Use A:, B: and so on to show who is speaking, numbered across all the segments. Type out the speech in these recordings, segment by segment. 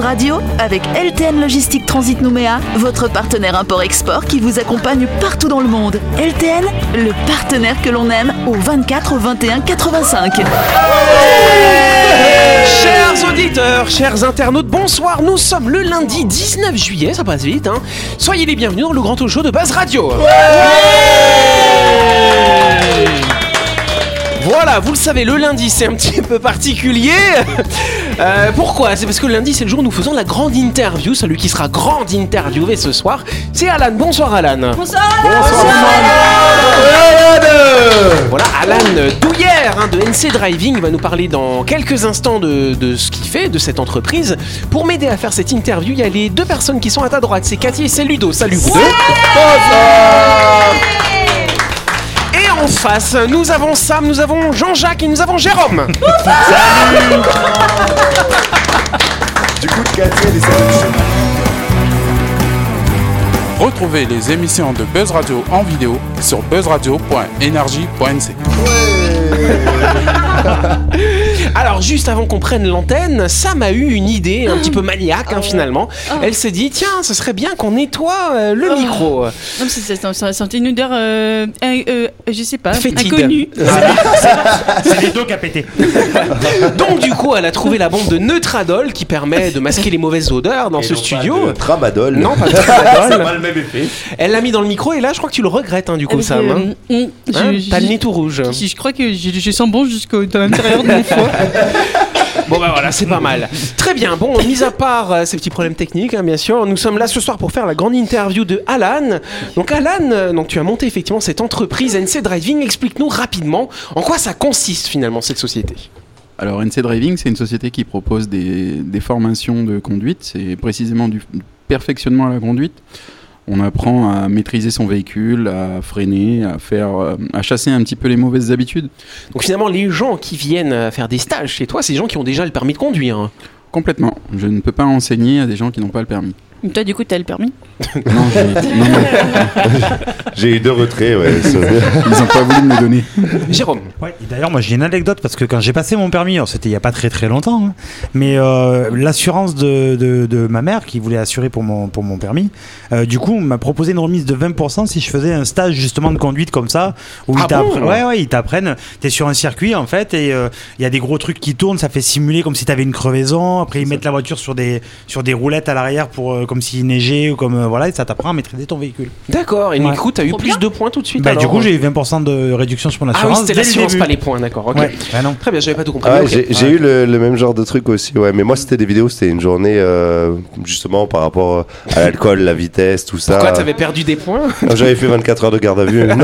A: radio avec LTN Logistique Transit Nouméa, votre partenaire import-export qui vous accompagne partout dans le monde. LTN, le partenaire que l'on aime au 24 21 85.
B: Chers auditeurs, chers internautes, bonsoir. Nous sommes le lundi 19 juillet, ça passe vite. Hein. Soyez les bienvenus dans le grand talk show de Base Radio. Voilà, vous le savez, le lundi c'est un petit peu particulier. Euh, pourquoi C'est parce que le lundi c'est le jour où nous faisons la grande interview. Celui qui sera grand interviewé ce soir, c'est Alan. Bonsoir Alan. Voilà, Alan Douillère hein, de NC Driving va nous parler dans quelques instants de, de ce qu'il fait, de cette entreprise. Pour m'aider à faire cette interview, il y a les deux personnes qui sont à ta droite, c'est Cathy et c'est Ludo. Salut vous deux. Et en face, nous avons Sam, nous avons Jean-Jacques et nous avons Jérôme.
C: Du coup, Cathy, elle est satisfaite.
D: Retrouvez les émissions de Buzz Radio en vidéo sur buzzradio.energie.nc.
B: Alors juste avant qu'on prenne l'antenne, Sam a eu une idée un petit peu maniaque hein, finalement. Elle s'est dit tiens, ce serait bien qu'on nettoie euh, le
E: Oh.
B: micro.
E: Non, mais c'est- ça, ça sentait une odeur, euh, in- euh, je sais pas,
B: Fétide. euh,
E: inconnue.
F: C'est les deux qui a pété.
B: Donc du coup, elle a trouvé la bombe de Neutradol qui permet de masquer les mauvaises odeurs dans ce studio.
C: Le Tramadol.
B: Non, pas de Tramadol. Elle l'a mis dans le micro et là, je crois que tu le regrettes hein, du coup,
E: Avec,
B: Sam. hein.
E: euh, on- je-
B: Hein,
E: je-
B: T'as le nez tout rouge.
E: je- je crois que je, je sens bon jusqu'au dans l'intérieur de mon foie.
B: Bon bah voilà, c'est pas mal. Très bien. Bon, mis à part euh, ces petits problèmes techniques, hein, bien sûr, nous sommes là ce soir pour faire la grande interview de Alan. Donc Alan, euh, donc tu as monté effectivement cette entreprise NC Driving. Explique-nous rapidement en quoi ça consiste finalement cette société.
D: Alors NC Driving, c'est une société qui propose des, des formations de conduite, c'est précisément du perfectionnement à la conduite. On apprend à maîtriser son véhicule, à freiner, à faire, euh, à chasser un petit peu les mauvaises habitudes.
B: Donc finalement, les gens qui viennent euh, faire des stages chez toi, c'est des gens qui ont déjà le permis de conduire. hein.
D: Complètement. Je ne peux pas enseigner à des gens qui n'ont pas le permis.
E: Mais Toi, du coup, t'as le permis
D: Non, j'ai- non, non,
C: J'ai eu deux retraits, ouais. ça-
D: ils n'ont pas voulu me le donner.
B: Jérôme.
F: Ouais, et D'ailleurs, moi j'ai une anecdote parce que quand j'ai passé mon permis, alors, c'était il n'y a pas très très longtemps, hein, mais euh, l'assurance de, de- de ma mère qui voulait assurer pour mon, pour mon permis, euh, du coup, on m'a proposé une remise de 20% si je faisais un stage justement de conduite comme ça, où
B: Ah
F: ils t'apprennent.
B: bon
F: ouais, ouais, ils t'apprennent. T'es sur un circuit en fait et euh, il y a des gros trucs qui tournent, ça fait simuler comme si t'avais une crevaison. Après, ils mettent la voiture sur des, sur des roulettes à l'arrière pour euh, comme s'il neigeait ou comme euh, voilà, et ça t'apprend à maîtriser ton véhicule.
B: D'accord. Et du
F: Ouais.
B: coup, t'as eu
E: Trop
B: plus
E: bien.
B: de points tout de suite.
F: Bah,
B: alors.
F: du coup, j'ai eu 20% de réduction sur mon
B: Ah oui,
F: assurance.
B: c'était
F: dès le
B: l'assurance,
F: début.
B: pas les points, d'accord. ok.
F: Ouais, bah non.
B: Très bien, j'avais pas tout compris.
C: Ah ouais,
B: ok.
C: J'ai j'ai eu le, le même genre de truc aussi, ouais. Mais moi, c'était des vidéos, c'était une journée, euh, justement, par rapport euh, à l'alcool, la vitesse, tout ça.
B: Pourquoi t'avais perdu des points
C: J'avais fait 24 heures de garde à vue. Non.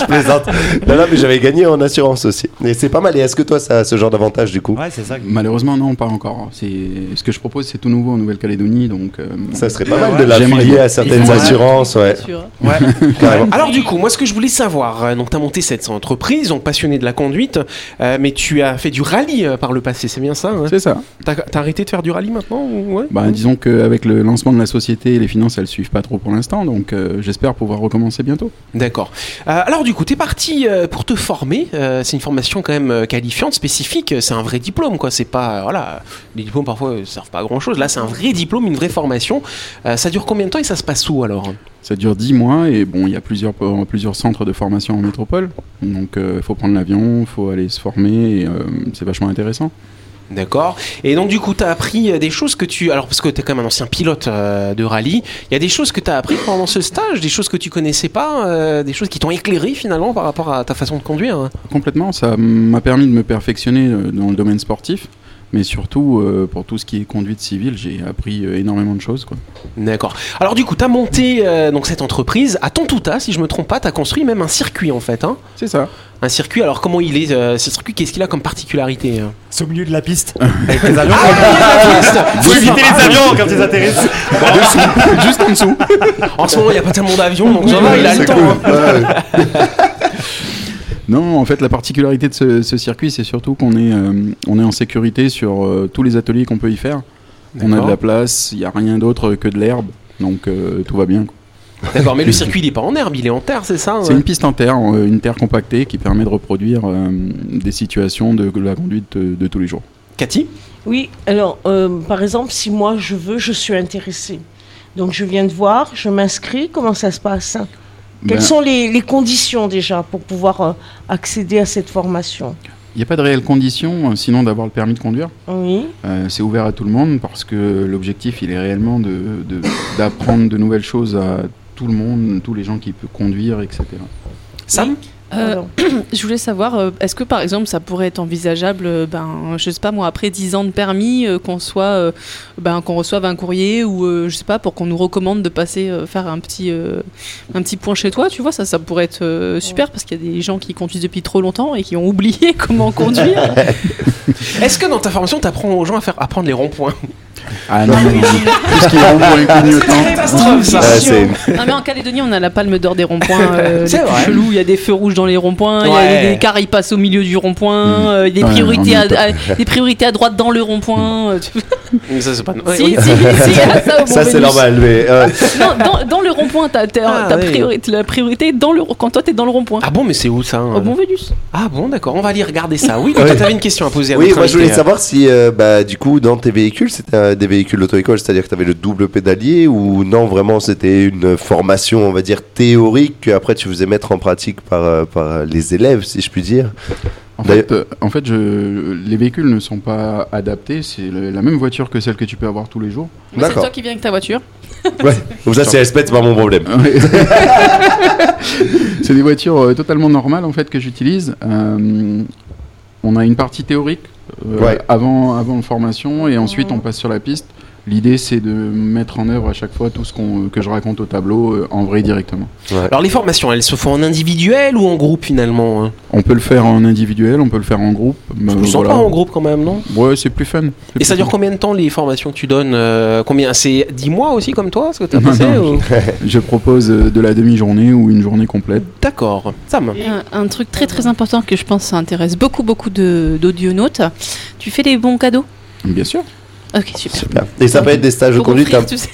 C: Je plaisante. Non, non, mais j'avais gagné en assurance aussi. Et c'est pas mal. Et est-ce que toi, ça a ce genre d'avantage, du coup
F: Ouais, c'est ça.
D: Malheureusement, non, pas encore. C'est ce que je propose, c'est tout nouveau en Nouvelle-Calédonie, donc. euh,
C: Ça serait pas mal
F: Ouais,
C: de
D: j'aimerais
C: l'affilier
D: bien.
C: à certaines
D: Ouais.
C: assurances, ouais.
E: Sûr.
F: Ouais.
C: Carrément.
B: Alors du coup, moi ce que je voulais savoir, euh, donc t'as monté cette entreprise, donc passionné de la conduite, euh, mais tu as fait du rallye euh, par le passé, c'est bien ça hein
D: C'est ça.
B: T'as t'as arrêté de faire du rallye maintenant ou ouais
D: Bah, disons qu'avec le lancement de la société, les finances, elles suivent pas trop pour l'instant, donc euh, j'espère pouvoir recommencer bientôt.
B: D'accord. Euh, alors du coup, t'es parti euh, pour te former. euh, c'est une formation quand même euh, qualifiante, spécifique. C'est un vrai diplôme, quoi. C'est pas euh, voilà, les diplômes parfois euh, servent pas à grand chose. Là, c'est un vrai diplôme, une vraie formation. Euh, ça dure combien de temps et ça se passe où alors
D: Ça dure 10 mois et bon, il y a plusieurs, euh, plusieurs centres de formation en métropole, donc il faut prendre l'avion, faut aller se former, et, euh, c'est vachement intéressant.
B: D'accord. Et donc du coup, t'as appris euh, des choses que tu... Alors parce que t'es quand même un ancien pilote euh, de rallye, il y a des choses que t'as appris pendant ce stage, des choses que tu connaissais pas, euh, des choses qui t'ont éclairé finalement par rapport à ta façon de conduire. hein.
D: Complètement, ça m'a permis de me perfectionner euh, dans le domaine sportif, mais surtout euh, pour tout ce qui est conduite civile, j'ai appris euh, énormément de choses. Quoi.
B: D'accord. Alors du coup, t'as monté euh, donc cette entreprise à Tontouta, si je me trompe pas, t'as construit même un circuit en fait. Hein
D: C'est ça.
B: un circuit, alors comment il est euh, ce circuit, qu'est-ce qu'il a comme particularité hein
F: C'est au milieu de la piste. Ah, Avec les avions.
C: Ah,
B: Vous évitez les
F: avions quand ils atterrissent.
D: Juste en dessous.
B: En ce moment, il n'y a pas tellement d'avions, donc ça va, il a
C: C'est
B: le temps.
C: cool.
B: hein.
C: Ouais, ouais.
D: Non, en fait, la particularité de ce, ce circuit, c'est surtout qu'on est, euh, on est en sécurité sur euh, tous les ateliers qu'on peut y faire. On a de
B: D'accord.
D: la place, il n'y a rien d'autre que de l'herbe, donc euh, tout va bien. quoi.
B: D'accord, mais le circuit, il n'est pas en herbe, il est en terre, c'est ça
D: C'est une piste en terre, euh, une terre compactée qui permet de reproduire euh, des situations de la conduite euh, de tous les jours.
B: Cathy
G: Oui, alors, euh, par exemple, si moi je veux, je suis intéressée. Donc je viens de voir, je m'inscris, comment ça se passe Quelles
D: Ben,
G: sont les, les conditions déjà pour pouvoir euh, accéder à cette formation
D: Il n'y a pas de réelle condition, euh, sinon d'avoir le permis de conduire.
G: Oui,
D: Euh, c'est ouvert à tout le monde parce que l'objectif, il est réellement de- de- d'apprendre de, nouvelles choses à tout le monde, tous les gens qui peuvent conduire, etc.
B: Sam
E: Euh,
G: pardon.
E: je voulais savoir, euh, est-ce que par exemple ça pourrait être envisageable, euh, ben, je sais pas moi, après 10 ans de permis, euh, qu'on soit, euh, ben, qu'on reçoive un courrier ou euh, je sais pas, pour qu'on nous recommande de passer euh, faire un petit, euh, un petit point chez toi, tu vois, ça, ça pourrait être euh, super parce qu'il y a des gens qui conduisent depuis trop longtemps et qui ont oublié comment conduire.
B: Est-ce que dans ta formation, t'apprends aux gens à faire apprendre les ronds-points
D: Ah non, non, non. tout ce qui est rond-point et clignotant.
B: Catastrophe, ça.
C: Ah, c'est-
E: non mais en Calédonie, on a la palme d'or des ronds-points, euh,
B: C'est
E: les plus
B: vrai.
E: chelous, il y a des feux rouges dans les ronds-points, il y
B: Ouais. Mmh.
E: a des cars ils passent au milieu du rond-point,
D: Mm.
E: euh, des
D: Ouais,
E: priorités
D: on
E: à,
D: est pas-
E: à- des priorités à droite dans le rond-point. euh, tu
B: Mais ça, c'est pas. Mmh. Ouais,
E: Si,
B: oui.
E: si, si, il y a ça, au
C: Ça,
E: Mont
C: c'est
E: Venus.
C: normal, mais. euh,
E: Non, dans, dans le rond-point, t'as t'as-
B: Ah,
E: t'as
B: oui.
E: priori- la priorité dans le, quand toi t'es dans le rond-point.
B: Ah bon, mais c'est où ça hein
E: Au bon Vénus.
B: Ah bon, d'accord, on va aller regarder ça. Oui, tu avais une question à poser à
C: Oui,
B: notre
C: moi je voulais
B: invité.
C: savoir si, euh, bah, du coup, dans tes véhicules, c'était euh, des véhicules d'auto-école, c'est-à-dire que tu avais le double pédalier ou non, vraiment, c'était une formation, on va dire, théorique que après tu faisais mettre en pratique par, euh, par euh, les élèves, si je puis dire.
D: En fait, euh, en fait je, les véhicules ne sont pas adaptés. C'est le- la même voiture que celle que tu peux avoir tous les jours.
E: Mais C'est
C: D'accord.
E: toi qui viens avec ta voiture.
C: Ouais. Comme ça, c'est respect, c'est pas mon problème.
B: Ah,
D: c'est des voitures euh, totalement normales en fait que j'utilise. Euh, on a une partie théorique euh,
C: Ouais.
D: avant avant la formation et ensuite on passe sur la piste. L'idée c'est de mettre en œuvre à chaque fois tout ce qu'on que je raconte au tableau euh, en vrai directement.
B: Alors, les formations, elles se font en individuel ou en groupe finalement hein
D: On peut le faire en individuel, on peut le faire en groupe. mais
B: Plus
D: Bah, voilà.
B: sympa en groupe quand même, non
D: Ouais, c'est plus fun.
B: Et ça dure combien de temps les formations que tu donnes euh, Combien C'est 10 mois aussi comme toi ce que tu as
D: Non,
B: passé
D: non,
B: ou-
D: Je propose euh, de la demi-journée ou une journée complète.
B: D'accord, Sam.
H: Un, un truc très très important que je pense ça intéresse beaucoup beaucoup de- d'audionautes. Tu fais des bons cadeaux
D: Bien sûr.
H: Ok super.
C: Super. Et ça peut être des stages de
H: Pour
C: conduite.
H: offrir,
C: hein.
H: tu sais.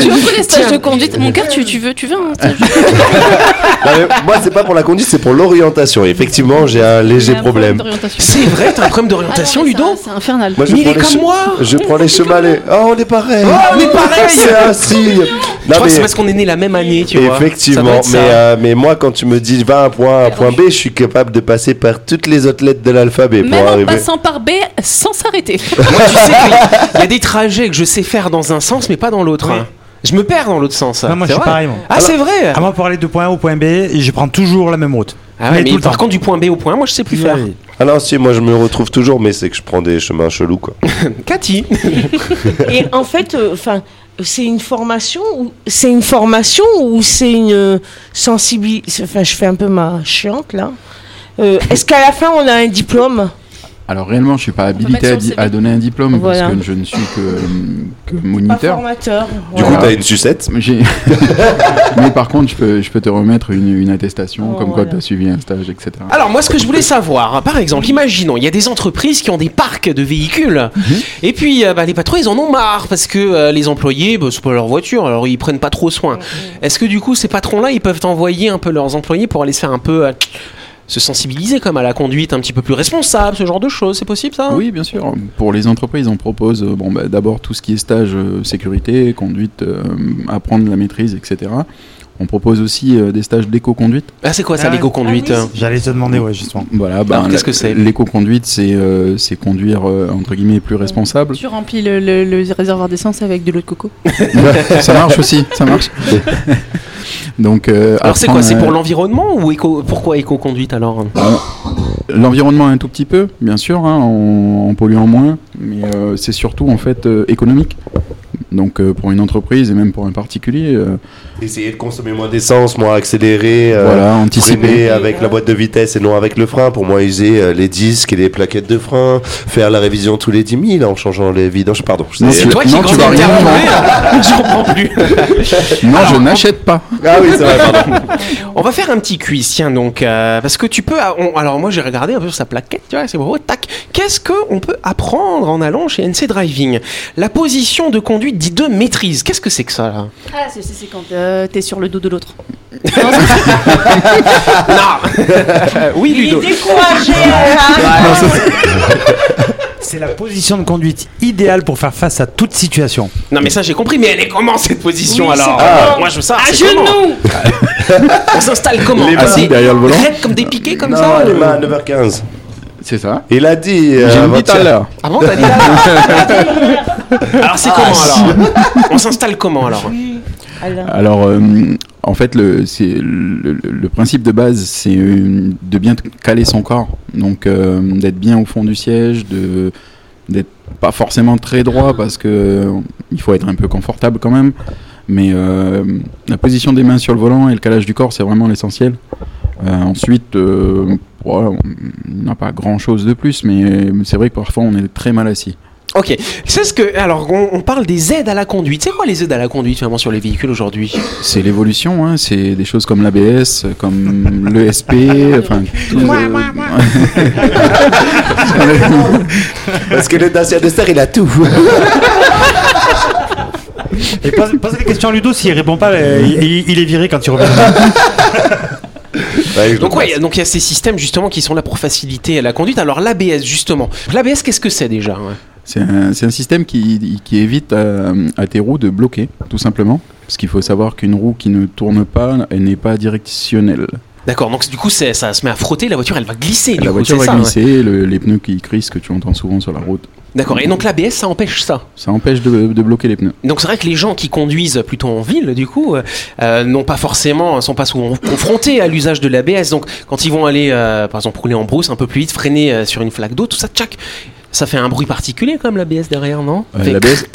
H: tu offres les stages
B: Tiens.
H: de conduite. Mon cœur, tu, tu veux tu veux un stage de-
C: Non, mais moi, c'est pas pour la conduite, c'est pour l'orientation. Et Effectivement, j'ai un léger
H: un problème
C: problème.
H: d'orientation.
B: C'est vrai, t'as un problème
H: Ah non,
B: d'orientation,
H: mais
B: Ludo
H: C'est c'est infernal.
C: Moi,
B: Mais il est
C: les
B: comme
C: che-
B: moi
C: Je prends les chemins. Les... Oh, on est pareil.
B: on est pareil
C: C'est un signe. Non,
B: Je crois que c'est
C: mais-
B: parce qu'on est né la même année, tu vois. Ça doit
C: Effectivement,
B: être ça.
C: mais, euh, mais moi quand tu me dis va à un point A, à un point B, je suis capable de passer par toutes les autres lettres de l'alphabet pour
H: Même en
C: arriver.
H: passant par B sans s'arrêter.
B: Moi, tu sais qu'il y a des trajets que je sais faire dans un sens, mais pas dans l'autre.
F: Oui.
B: hein. Je me perds dans l'autre sens.
F: Non, moi,
B: c'est
F: je suis
B: vrai.
F: pareil, moi.
B: Ah, c'est vrai
F: À moi, pour aller de point A au point B, je prends toujours la même route.
B: Ah ouais,
F: Mais
B: mais
F: tout le
B: par
F: temps.
B: contre, du point B au point, moi, je sais plus faire.
F: Oui.
C: Ah non, si, moi je me retrouve toujours, mais c'est que je prends des chemins chelous quoi.
B: Cathy
G: Et en fait, euh, enfin, c'est une formation ou c'est une formation ou c'est une sensibilité. Enfin, je fais un peu ma chiante là. Euh, Est-ce qu'à la fin on a un diplôme
D: Alors réellement, je suis pas
E: peut
D: habilité à,
E: mettre sur le
D: di- à
E: CV.
D: donner un diplôme
G: Voilà.
D: parce que je ne suis que, euh, que
G: Pas
D: moniteur.
G: formateur.
C: Du
G: voilà.
C: coup, t'as une sucette.
D: J'ai- Mais par contre, je peux, je peux te remettre une, une attestation
G: Oh,
D: comme quoi
G: voilà.
D: tu as suivi un stage, etc.
B: Alors, moi, ce que je voulais savoir, hein, par exemple, imaginons, il y a des entreprises qui ont des parcs de véhicules,
D: Mhm.
B: et puis euh, bah, les patrons, ils en ont marre parce que euh, les employés, bah, c'est pas leur voiture, alors ils prennent pas trop soin.
D: Mhm.
B: Est-ce que du coup, ces patrons-là, ils peuvent envoyer un peu leurs employés pour aller se faire un peu. euh, se sensibiliser comme à la conduite un petit peu plus responsable, ce genre de choses, c'est possible ça
D: Oui, bien sûr. Pour les entreprises, on propose euh, bon, bah, d'abord tout ce qui est stage euh, sécurité, conduite, euh, apprendre la maîtrise, etc. On propose aussi euh, des stages d'éco-conduite.
B: Ah, c'est quoi ça,
F: Ah,
B: l'éco-conduite
G: ah oui,
F: J'allais te demander, ouais, justement.
D: Voilà, bah,
B: Alors, qu'est-ce que
D: la-
B: c'est
D: L'éco-conduite, c'est euh, c'est conduire euh, entre guillemets plus responsable.
H: Tu remplis le, le- le réservoir d'essence avec de l'eau de coco.
D: ça marche aussi, ça marche. Donc, euh,
B: Alors c'est quoi
D: apprendre,
B: C'est pour
D: euh,
B: l'environnement ou éco pourquoi éco-conduite alors
D: L'environnement un tout petit peu, bien sûr, hein, en, en polluant moins, mais euh, c'est surtout en fait euh, économique. Donc euh, pour une entreprise et même pour un particulier, euh,
C: Essayer de consommer moins d'essence, moins accélérer, euh,
D: voilà, anticiper.
C: freiner avec la boîte de vitesse et non avec le frein, pour moins user euh, les disques et les plaquettes de frein, faire la révision tous les 10 000 en changeant les vidanges. Pardon, je
D: Non,
C: sais-
D: c'est toi qui non, tu vas rien
B: hein. Je comprends plus.
D: Non, je n'achète pas.
C: Ah oui, c'est vrai, pardon.
B: On va faire un petit quiz, tiens donc, euh, parce que tu peux. ah, on- alors moi j'ai regardé un peu sur sa plaquette, tu vois, c'est bon, tac. Qu'est-ce que on peut apprendre en allant chez NC Driving La position de conduite dite de maîtrise. Qu'est-ce que c'est que ça là
H: Ah, c'est- c'est c'est quand euh, t'es sur le dos de l'autre.
B: Non. oui
G: Il est
B: Ludo.
C: Euh,
G: découragé. hein.
B: Ouais, non, ça,
F: C'est la position de conduite idéale pour faire face à toute situation.
B: Non, mais ça, j'ai compris, mais elle est comment cette position alors
C: Ah.
B: Moi, je veux ça.
G: À genoux
B: On s'installe comment
D: Ah,
C: Les
B: Assis
C: mains derrière le volant
B: Raide comme des piquets comme
C: non,
B: ça
C: les
B: ou-
C: mains à 9h15.
D: C'est ça.
C: Il a dit.
D: J'ai
C: euh,
D: une dit tout à
C: avant-hier.
D: l'heure.
B: Ah bon, t'as dit là Alors, c'est
C: Ah,
B: comment alors On s'installe comment alors
G: Alors,
D: Alors, euh, en fait, le, c'est- le, le- le principe de base, c'est euh, de bien caler son corps. Donc, euh, d'être bien au fond du siège, de d'être pas forcément très droit parce que euh, il faut être un peu confortable quand même. Mais euh, la position des mains sur le volant et le calage du corps, c'est vraiment l'essentiel. Euh, ensuite, euh, voilà, on n'a pas grand chose de plus, mais euh, c'est vrai que parfois on est très mal assis.
B: Ok, c'est ce que. Alors, on, on parle des aides à la conduite. C'est quoi les aides à la conduite finalement sur les véhicules aujourd'hui
D: C'est l'évolution, hein, c'est des choses comme l'ABS, comme l'ESP, enfin tout euh, le-
C: Parce que le Dacia Duster, il a tout.
F: Et pose, pose des questions à Ludo, s'il répond pas, euh, il, il- il est viré quand il revient.
C: Ouais, je
B: Donc,
C: le
B: ouais, il
C: passe.
B: y a- donc il y a ces systèmes justement qui sont là pour faciliter la conduite. Alors, l'ABS justement. L'ABS, qu'est-ce que c'est déjà ouais
D: C'est un, c'est un système qui, qui évite à, à tes roues de bloquer, tout simplement. Parce qu'il faut savoir qu'une roue qui ne tourne pas, elle n'est pas directionnelle.
B: D'accord, donc du coup, c'est- ça se met à frotter, la voiture elle va glisser. du
D: la
B: coup,
D: voiture
B: c'est ça,
D: va
B: ouais.
D: glisser, le- les pneus qui crissent que tu entends souvent sur la route,
B: D'accord, et donc l'ABS ça empêche ça.
D: ça empêche de, de bloquer les pneus.
B: Donc c'est vrai que les gens qui conduisent plutôt en ville, du coup, euh, euh, n'ont pas forcément, sont pas souvent confrontés à l'usage de l'ABS. Donc quand ils vont aller, euh, par exemple, rouler en brousse un peu plus vite, freiner euh, sur une flaque d'eau, tout ça, tchac, ça fait un bruit particulier quand même l'ABS derrière, non
D: Euh,
B: Fait
D: L'ABS,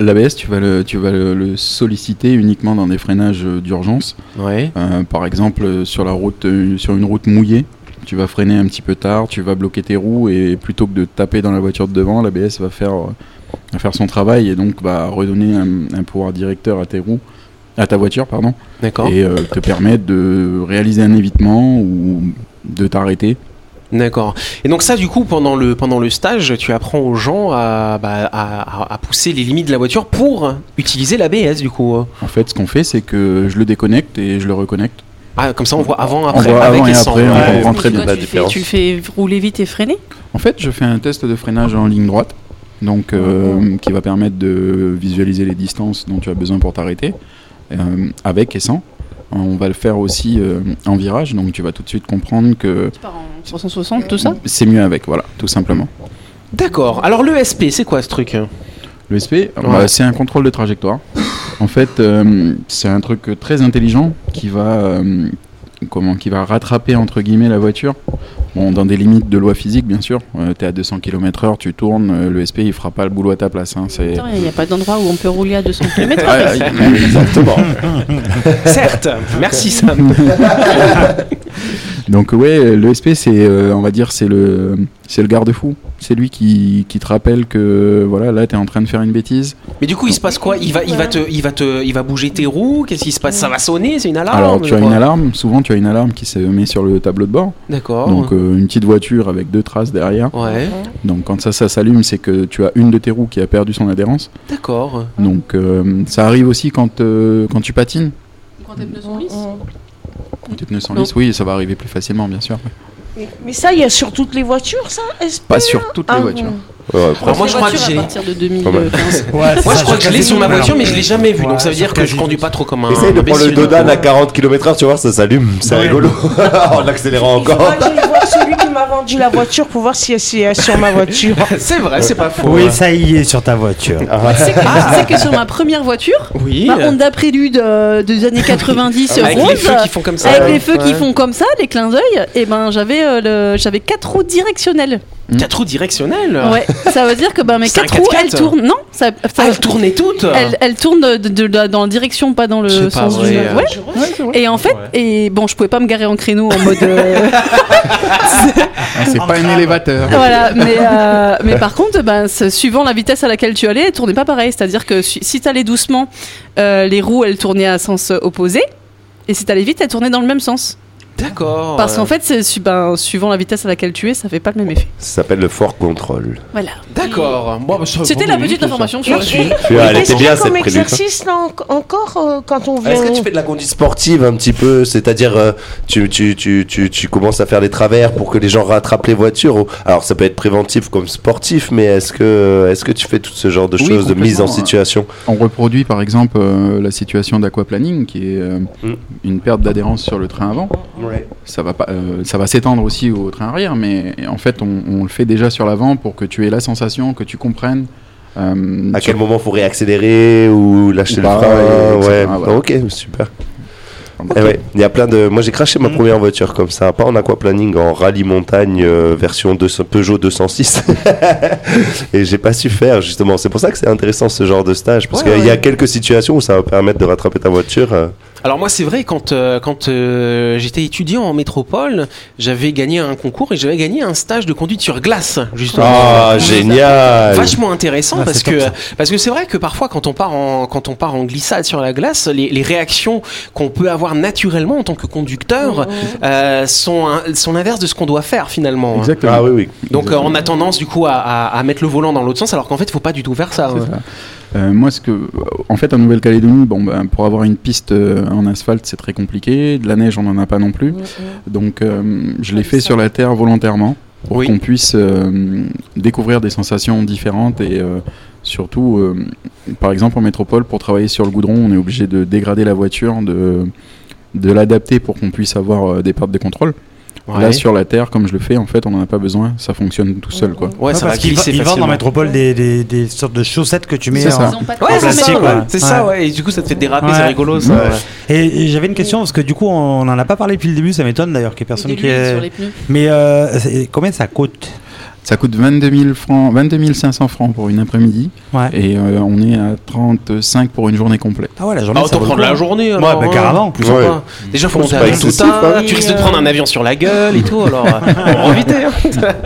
D: l'ABS, tu vas, le, tu vas le- le solliciter uniquement dans des freinages euh, d'urgence.
B: Ouais.
D: Euh, par exemple, euh, sur, la route, euh, sur une route mouillée, tu vas freiner un petit peu tard, tu vas bloquer tes roues et plutôt que de taper dans la voiture de devant, l'ABS va faire, euh, va faire son travail et donc va redonner un, un pouvoir directeur à tes roues, à ta voiture, pardon,
B: D'accord.
D: et euh, te permettre de réaliser un évitement ou de t'arrêter.
B: D'accord. Et donc ça, du coup, pendant le pendant le stage, tu apprends aux gens à, bah, à, à- à pousser les limites de la voiture pour utiliser l'ABS, du coup.
D: En fait, ce qu'on fait, c'est que je le déconnecte et je le reconnecte.
B: Ah, comme ça, on voit avant,
D: On
B: après,
D: voit
B: avec
D: avant
B: et
D: et
B: sans.
D: après, on
B: Ouais.
F: Ouais.
D: comprend très
H: Mais
D: bien.
H: toi,
C: la
H: tu, fais,
C: différence.
H: tu le fais rouler vite et freiner
D: En fait, je fais un test de freinage en ligne droite, donc euh, qui va permettre de visualiser les distances dont tu as besoin pour t'arrêter, euh, avec et sans. On va le faire aussi euh, en virage, donc tu vas tout de suite comprendre que
H: Tu pars en 360, tout ça
D: c'est mieux avec, voilà, tout simplement.
B: D'accord. Alors le SP, c'est quoi ce truc
D: Le SP, bah, c'est un contrôle de trajectoire. En fait, euh, c'est un truc très intelligent qui va, euh, comment, qui va rattraper entre guillemets la voiture. Bon, dans des limites de loi physique, bien sûr. tu T'es à 200 km/h, tu tournes, euh, le SP il fera pas le boulot à ta place. hein, c'est...
H: Attends, Il n'y a pas d'endroit où on peut rouler à 200 km
D: Ah,
C: Exactement.
B: Certes. Merci Sam.
D: Donc ouais, le SP c'est, euh, on va dire, c'est le, c'est le garde-fou. C'est lui qui, qui te rappelle que voilà, là t'es en train de faire une bêtise.
B: Mais du coup, il se passe quoi Il va, il va te, il va te, il va bouger tes roues. Qu'est-ce qui se passe Ça va sonner C'est une alarme
D: Alors tu as
B: quoi
D: une alarme. Souvent tu as une alarme qui se met sur le tableau de bord.
B: D'accord.
D: Donc euh, une petite voiture avec deux traces derrière.
B: ouais.
D: Donc quand ça, ça s'allume, c'est que tu as une de tes roues qui a perdu son adhérence.
B: D'accord.
D: Donc euh, ça arrive aussi quand, euh, quand tu patines.
H: Quand t'es pneus sont lisses.
D: Quand tes pneus sont lisses, oui, ça va arriver plus facilement, bien sûr.
G: mais, mais ça, il y a sur toutes les voitures, ça SP
D: Pas sur toutes
G: Ah,
D: les
G: bon.
D: voitures.
C: Ouais,
B: Alors, moi, je crois que
H: voiture,
B: j'ai.
H: à partir de 2015.
B: Moi, je crois que je l'ai sur ma voiture, mais je l'ai jamais vu. Donc, ça veut dire que je conduis pas trop comme un.
C: Essaye de prendre le
B: imbécile.
C: Dodan à 40 km/h, tu vois, ça s'allume, c'est
F: Ouais.
C: rigolo. en accélérant
G: Il faudra
C: encore.
G: que je vois celui qui m'a vendu la voiture pour voir si elle est sur ma voiture.
B: C'est vrai, c'est pas faux.
F: Oui, ça y est sur ta voiture.
H: C'est que, c'est euh, que sur ma première voiture,
B: Oui.
D: Bah,
H: ma Honda Prélude euh, des années 90
B: Avec
H: rose,
B: les feux qui font comme ça.
H: avec les feux qui
B: Ouais.
H: font comme ça, les clins d'œil, et ben j'avais euh, le- j'avais quatre roues directionnelles.
B: Mmh. Quatre roues directionnelles.
H: Ouais, ça veut dire que ben, mes
B: C'est un
H: quatre roues,
B: 4x4.
H: elles tournent. Non, ça,
B: Ah,
H: ça-
B: elles tournaient toutes.
H: elles, elles tournent de- de- de- dans la direction, pas dans le
B: C'est pas
H: sens du.
B: vrai, euh.
H: Ouais. Et en fait, et bon, je pouvais pas me garer en créneau en mode. euh,
D: Ah, c'est pas un élévateur.
H: voilà, mais, euh, mais par contre, ben, c'est- suivant la vitesse à laquelle tu allais, elle tournait pas pareil. C'est-à-dire que si si t'allais doucement, euh, les roues, elles tournaient à sens opposé. Et si t'allais vite, elles tournaient dans le même sens.
B: D'accord.
H: Parce qu'en fait, c'est su- ben, suivant la vitesse à laquelle tu es, ça fait pas le même effet.
C: Ça s'appelle le fort contrôle.
H: Voilà.
B: D'accord. Bon, bah, ça-
H: C'était
B: bon,
H: la
B: oui,
H: petite
B: ça-
H: information
G: Et-
H: sur
G: et-
C: Puis,
B: Ah,
C: elle
G: Est-ce
C: était
G: qu'il y
C: bien
G: a comme
C: cette
B: hein.
C: prélude.
G: exercice là, en- encore euh, quand on
C: Ah,
G: vient
C: Est-ce que tu fais de la conduite sportive un petit peu C'est-à-dire, euh, tu, tu, tu, tu, tu commences à faire des travers pour que les gens rattrapent les voitures ou- Alors, ça peut être préventif comme sportif, mais est-ce que, est que tu fais tout ce genre de
D: Oui,
C: choses, de mise en
D: complètement, hein.
C: situation
D: On reproduit par exemple euh, la situation d'aquaplaning qui est euh,
C: Mm.
D: une perte d'adhérence sur le train avant. Ça va, pas, euh, ça va s'étendre aussi au train arrière, mais en fait on, on le fait déjà sur l'avant pour que tu aies la sensation, que tu comprennes. euh,
C: À
D: sur-
C: quel moment faut réaccélérer ou lâcher
D: Bah,
C: le frein
D: euh, etc.,
C: Ouais. bah,
D: voilà.
C: Ok, super.
D: Ok.
C: Eh ouais, il y a plein de. Moi, j'ai craché
H: Mm.
C: ma première voiture comme ça, pas en aquaplaning, en rallye montagne euh, version 200 Peugeot 206. Et j'ai pas su faire justement. C'est pour ça que c'est intéressant ce genre de stage parce
B: Ouais,
C: qu'il y a
B: ouais.
C: quelques situations où ça va permettre de rattraper ta voiture. euh.
B: Alors moi c'est vrai quand euh, quand euh, j'étais étudiant en métropole, j'avais gagné un concours et j'avais gagné un stage de conduite sur glace justement.
C: Ah,
B: Euh,
C: génial
B: Vachement intéressant
F: Ah,
B: parce
F: c'est top,
B: que
F: ça.
B: parce que c'est vrai que parfois quand on part en quand on part en glissade sur la glace, les, les réactions qu'on peut avoir naturellement en tant que
G: Oh.
B: conducteur euh, sont un- sont l'inverse de ce qu'on doit faire finalement. hein.
D: Exactement.
C: Ah oui, oui.
B: Donc euh, on a tendance du coup à, à- à mettre le volant dans l'autre sens alors qu'en fait il faut pas du tout faire ça.
D: C'est
B: hein.
D: ça. Euh, moi, ce que, en fait, en Nouvelle-Calédonie, bon, ben, pour avoir une piste euh, en asphalte, c'est très compliqué. De la neige, on n'en a pas non plus. Donc, euh, je l'ai fait sur la terre volontairement pour
B: Oui.
D: qu'on puisse euh, découvrir des sensations différentes et euh, surtout, euh, par exemple, en métropole, pour travailler sur le goudron, on est obligé de dégrader la voiture, de, de l'adapter pour qu'on puisse avoir euh, des pertes de contrôle.
B: Ouais.
D: Là, sur la terre, comme je le fais, en fait, on n'en a pas besoin. Ça fonctionne tout seul, quoi.
B: Ouais,
F: Ouais,
B: ça va
F: parce qu'ils
B: glisser
F: vendent en
B: facilement.
F: métropole des, des, des sortes de chaussettes que tu mets.
D: C'est ça.
F: en-
D: Ils
B: Ouais, c'est
F: plastique,
B: ça, ouais.
F: ouais.
B: C'est ça,
F: Ouais.
B: ouais. Et du coup, ça te fait déraper,
F: Ouais.
B: c'est rigolo, ça.
C: Ouais.
F: Et, et j'avais une question parce que du coup on n'en a pas parlé depuis le début, ça m'étonne d'ailleurs qu'il y ait personne qui.
H: sur
F: Ait...
H: les pneus.
F: Mais euh, c'est- combien ça coûte
D: Ça coûte 22 000 francs, 22 500 francs pour une après-midi.
F: Ouais.
D: Et euh, on est à 35 pour une journée complète.
F: Ah ouais la
B: Bah,
F: journée. ça
B: autant
F: vaut le
B: prendre
F: coup.
B: la journée.
F: Ouais,
B: alors,
F: bah
B: hein.
F: carrément.
B: Plus
C: Ouais.
B: sympa. Déjà, faut
C: C'est
B: monter
C: pas
B: avec tout
C: excessif,
B: ça.
C: hein.
B: Tu
G: euh,
B: risques de te prendre un avion sur la gueule et tout. Alors, euh, on va éviter, hein.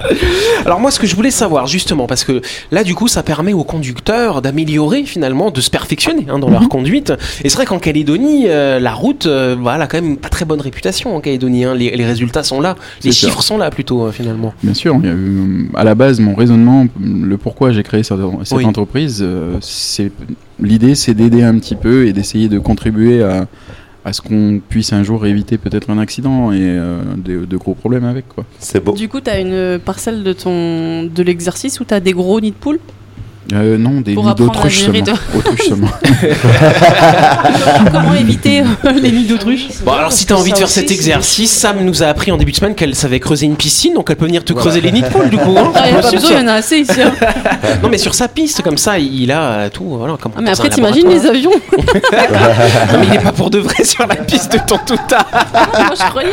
B: alors moi, ce que je voulais savoir, justement, parce que là, du coup, ça permet aux conducteurs d'améliorer, finalement, de se perfectionner hein, dans leur conduite. Et c'est vrai qu'en Calédonie, euh, la route, euh, bah, elle a quand même pas très bonne réputation en Calédonie. hein. Les, les résultats sont là. Les
D: C'est ça.
B: chiffres sont là, plutôt, euh, finalement.
D: Bien sûr, il y a eu, à la base, mon raisonnement, le pourquoi j'ai créé cette, cette
B: Oui.
D: entreprise, euh, c'est l'idée, c'est d'aider un petit peu et d'essayer de contribuer à, à ce qu'on puisse un jour éviter peut-être un accident et euh, de, de gros problèmes avec. Quoi.
C: C'est beau.
H: Du coup, t'as une parcelle de ton de l'exercice où t'as des gros nids de poule.
D: Euh, non, des
H: Pour
D: nids
H: apprendre à
D: d'autruche
H: gérer
D: seulement. Autruche seulement.
H: Comment éviter euh, les nids d'autruche
G: Bah,
B: Bon, alors si t'as envie de faire cet exercice, Sam nous a appris en début de semaine qu'elle savait creuser une piscine, donc elle peut venir te creuser les nids de poule, du coup. hein.
H: Ah, y a pas
B: C'est
H: besoin,
B: sûr.
H: il y en a assez ici. hein.
B: Non mais sur sa piste comme ça, il a euh, tout voilà comme
H: Ah, mais
B: dans un
H: après, t'imagines les
B: laboratoire.
H: avions
B: Non, mais il est pas pour de vrai sur la piste de ton tout à.
H: Moi, je croyais.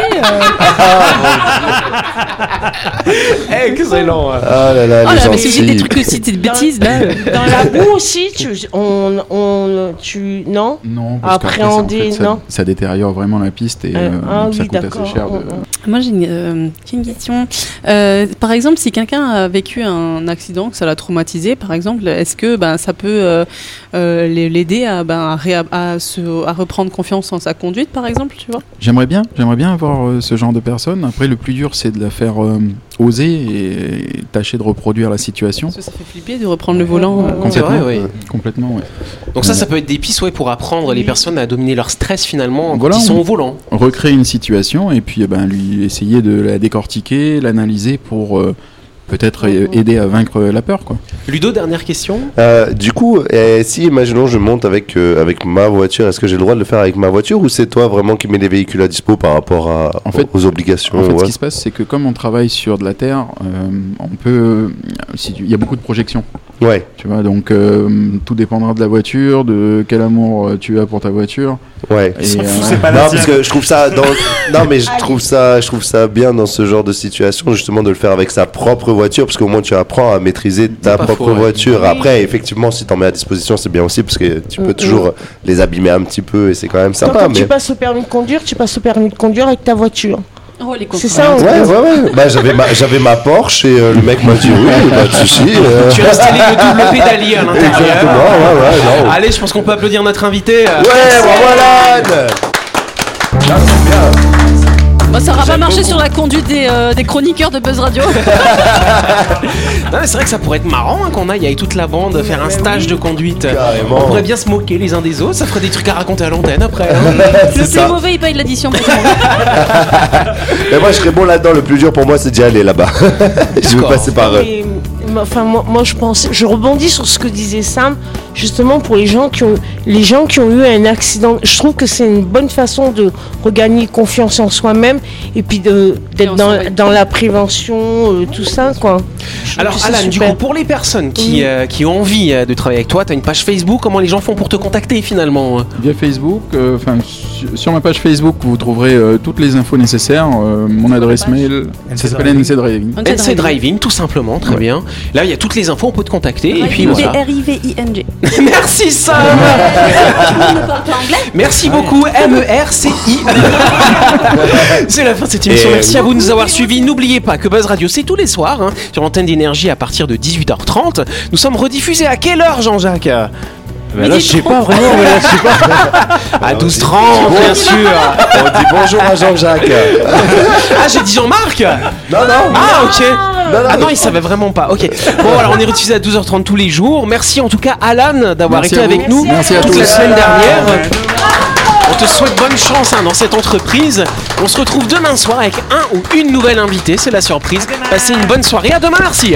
H: euh,
B: Excellent. ouais.
C: Ah là là,
H: Oh
C: les
H: là, mais
C: gentils.
H: c'est aussi des trucs, c'est des bêtises là. euh.
G: dans la boue aussi tu, on, on, tu, non
D: non, parce qu'après, ça, en
G: Appréhender,
D: fait, ça,
G: non.
D: ça détériore vraiment la piste et
G: Euh,
D: euh,
G: ah
D: ça
G: oui,
D: coûte assez
G: d'accord.
D: cher. de-
G: Oh, oh,
H: Moi, j'ai une, euh, j'ai une question. Euh, par exemple, si quelqu'un a vécu un accident, que ça l'a traumatisé, par exemple, est-ce que ben, ça peut euh, euh, les- l'aider à, ben, à, réa- à se- à reprendre confiance en sa conduite, par exemple, tu vois
D: J'aimerais bien, j'aimerais bien avoir euh, ce genre de personne. Après, le plus dur, c'est de la faire euh, oser et tâcher de reproduire la situation.
H: Parce que ça fait flipper de reprendre le volant. euh.
B: C'est vrai,
D: Complètement.
B: oui.
D: Complètement, ouais.
B: Donc ça, ça peut être des pistes ouais, pour apprendre les personnes à dominer leur stress finalement
D: Voilà,
B: quand ils sont
D: on-
B: au volant.
D: Recréer une situation et puis eh ben, lui essayer de la décortiquer, l'analyser pour euh, peut-être euh, aider à vaincre la peur. Quoi.
B: Ludo, dernière question.
C: Euh, du coup, euh, si imaginons je monte avec, euh, avec ma voiture, est-ce que j'ai le droit de le faire avec ma voiture ou c'est toi vraiment qui mets les véhicules à dispo par rapport à,
D: En fait-
C: aux obligations
D: En fait,
C: ouais.
D: ce qui se passe, c'est que comme on travaille sur de la terre, euh, on peut. si tu- Il y a beaucoup de projections.
C: Ouais,
D: Tu vois, donc euh, tout dépendra de la voiture, de quel amour euh, tu as pour ta voiture.
C: ouais.
D: Et, euh,
F: C'est pas
C: non,
F: la
C: parce
F: tienne.
C: que je trouve ça dans... non mais je trouve ça je trouve ça bien dans ce genre de situation justement de le faire avec sa propre voiture parce qu'au moins tu apprends à maîtriser ta
B: pas
C: propre
B: faux, ouais.
C: voiture après effectivement si t'en mets à disposition c'est bien aussi parce que
G: Mm,
C: tu peux toujours les abîmer un petit peu et c'est quand même
G: Quand
C: sympa mais
G: tu passes au permis de conduire, tu passes au permis de conduire avec ta voiture.
H: Oh, les contraintes.
G: C'est ça, on
C: ouais ouais ouais bah j'avais ma j'avais ma Porsche et euh, le mec m'a dit oui pas de souci euh.
B: Tu as installé le double pédalier à l'intérieur.
C: Exactement, ouais, ouais, non.
B: Allez, je pense qu'on peut applaudir
F: Ah,
B: notre invité. euh,
C: Ouais, bravo Alan Là, c'est bien.
E: Bah, ça aura pas
B: J'aime
E: marché
B: beaucoup.
E: sur la conduite des, euh, des chroniqueurs de Buzz Radio.
B: Non, mais c'est vrai que ça pourrait être marrant hein, qu'on aille avec toute la bande faire un stage de conduite.
C: Carrément.
B: On pourrait bien se moquer les uns des autres, ça ferait des trucs à raconter à l'antenne après. hein.
E: Le plus
C: ça.
E: mauvais, il paye l'addition. pour tout le monde.
C: Mais moi, je serais bon là-dedans. Le plus dur pour moi, c'est d'y aller là-bas. je veux
B: D'accord.
C: passer par. euh,
G: Mais, mais, enfin, moi, moi, je pense, je rebondis sur ce que disait Sam, justement pour les gens qui ont, les gens qui ont eu un accident. Je trouve que c'est une bonne façon de regagner confiance en soi-même et puis de- d'être
E: on
G: dans,
E: s'en va.
G: dans la prévention, euh, tout ça, quoi. Je trouve que
B: Alors
G: c'est
B: Alan, du
G: super.
B: coup, pour les personnes qui, euh, qui ont envie euh, de travailler avec toi, t'as une page Facebook, comment les gens font pour te contacter finalement
D: Via Facebook, euh, enfin su- sur ma page Facebook, vous trouverez euh, toutes les infos nécessaires. euh, mon adresse mail,
F: NC
D: c'est NC Driving.
E: On ne sait
B: NC
E: pas.
B: Driving, tout simplement, très
D: Ouais.
B: bien. Là, il y a toutes les infos, on peut te contacter. Et puis voilà.
H: D-R-I-V-I-N-G.
B: Merci Sam Merci beaucoup E M-E-R-C-I C'est la fin de cette émission,
C: Et-
B: merci à vous de nous avoir suivis. N'oubliez pas que Buzz Radio c'est tous les soirs hein, sur l'antenne d'énergie à partir de 18h30. Nous sommes rediffusés à quelle heure Jean-Jacques
I: Mais là, je sais pas vraiment. mais là, je sais pas. Ah,
B: À 12h30 bien sûr
C: On dit bonjour à Jean-Jacques.
B: Ah j'ai dit Jean-Marc
C: non, non.
B: Ah ok
C: Non, non.
B: Ah non il savait vraiment pas, ok. Bon alors on est rediffusé à 12h30 tous les jours. Merci en tout cas Alan d'avoir
D: Merci
B: été
D: à vous.
B: avec nous
D: Merci à
B: toute la
D: tous.
B: semaine dernière. On te souhaite bonne chance hein, dans cette entreprise. On se retrouve demain soir avec un ou une nouvelle invitée, c'est la surprise. Passez une bonne soirée, à demain, merci.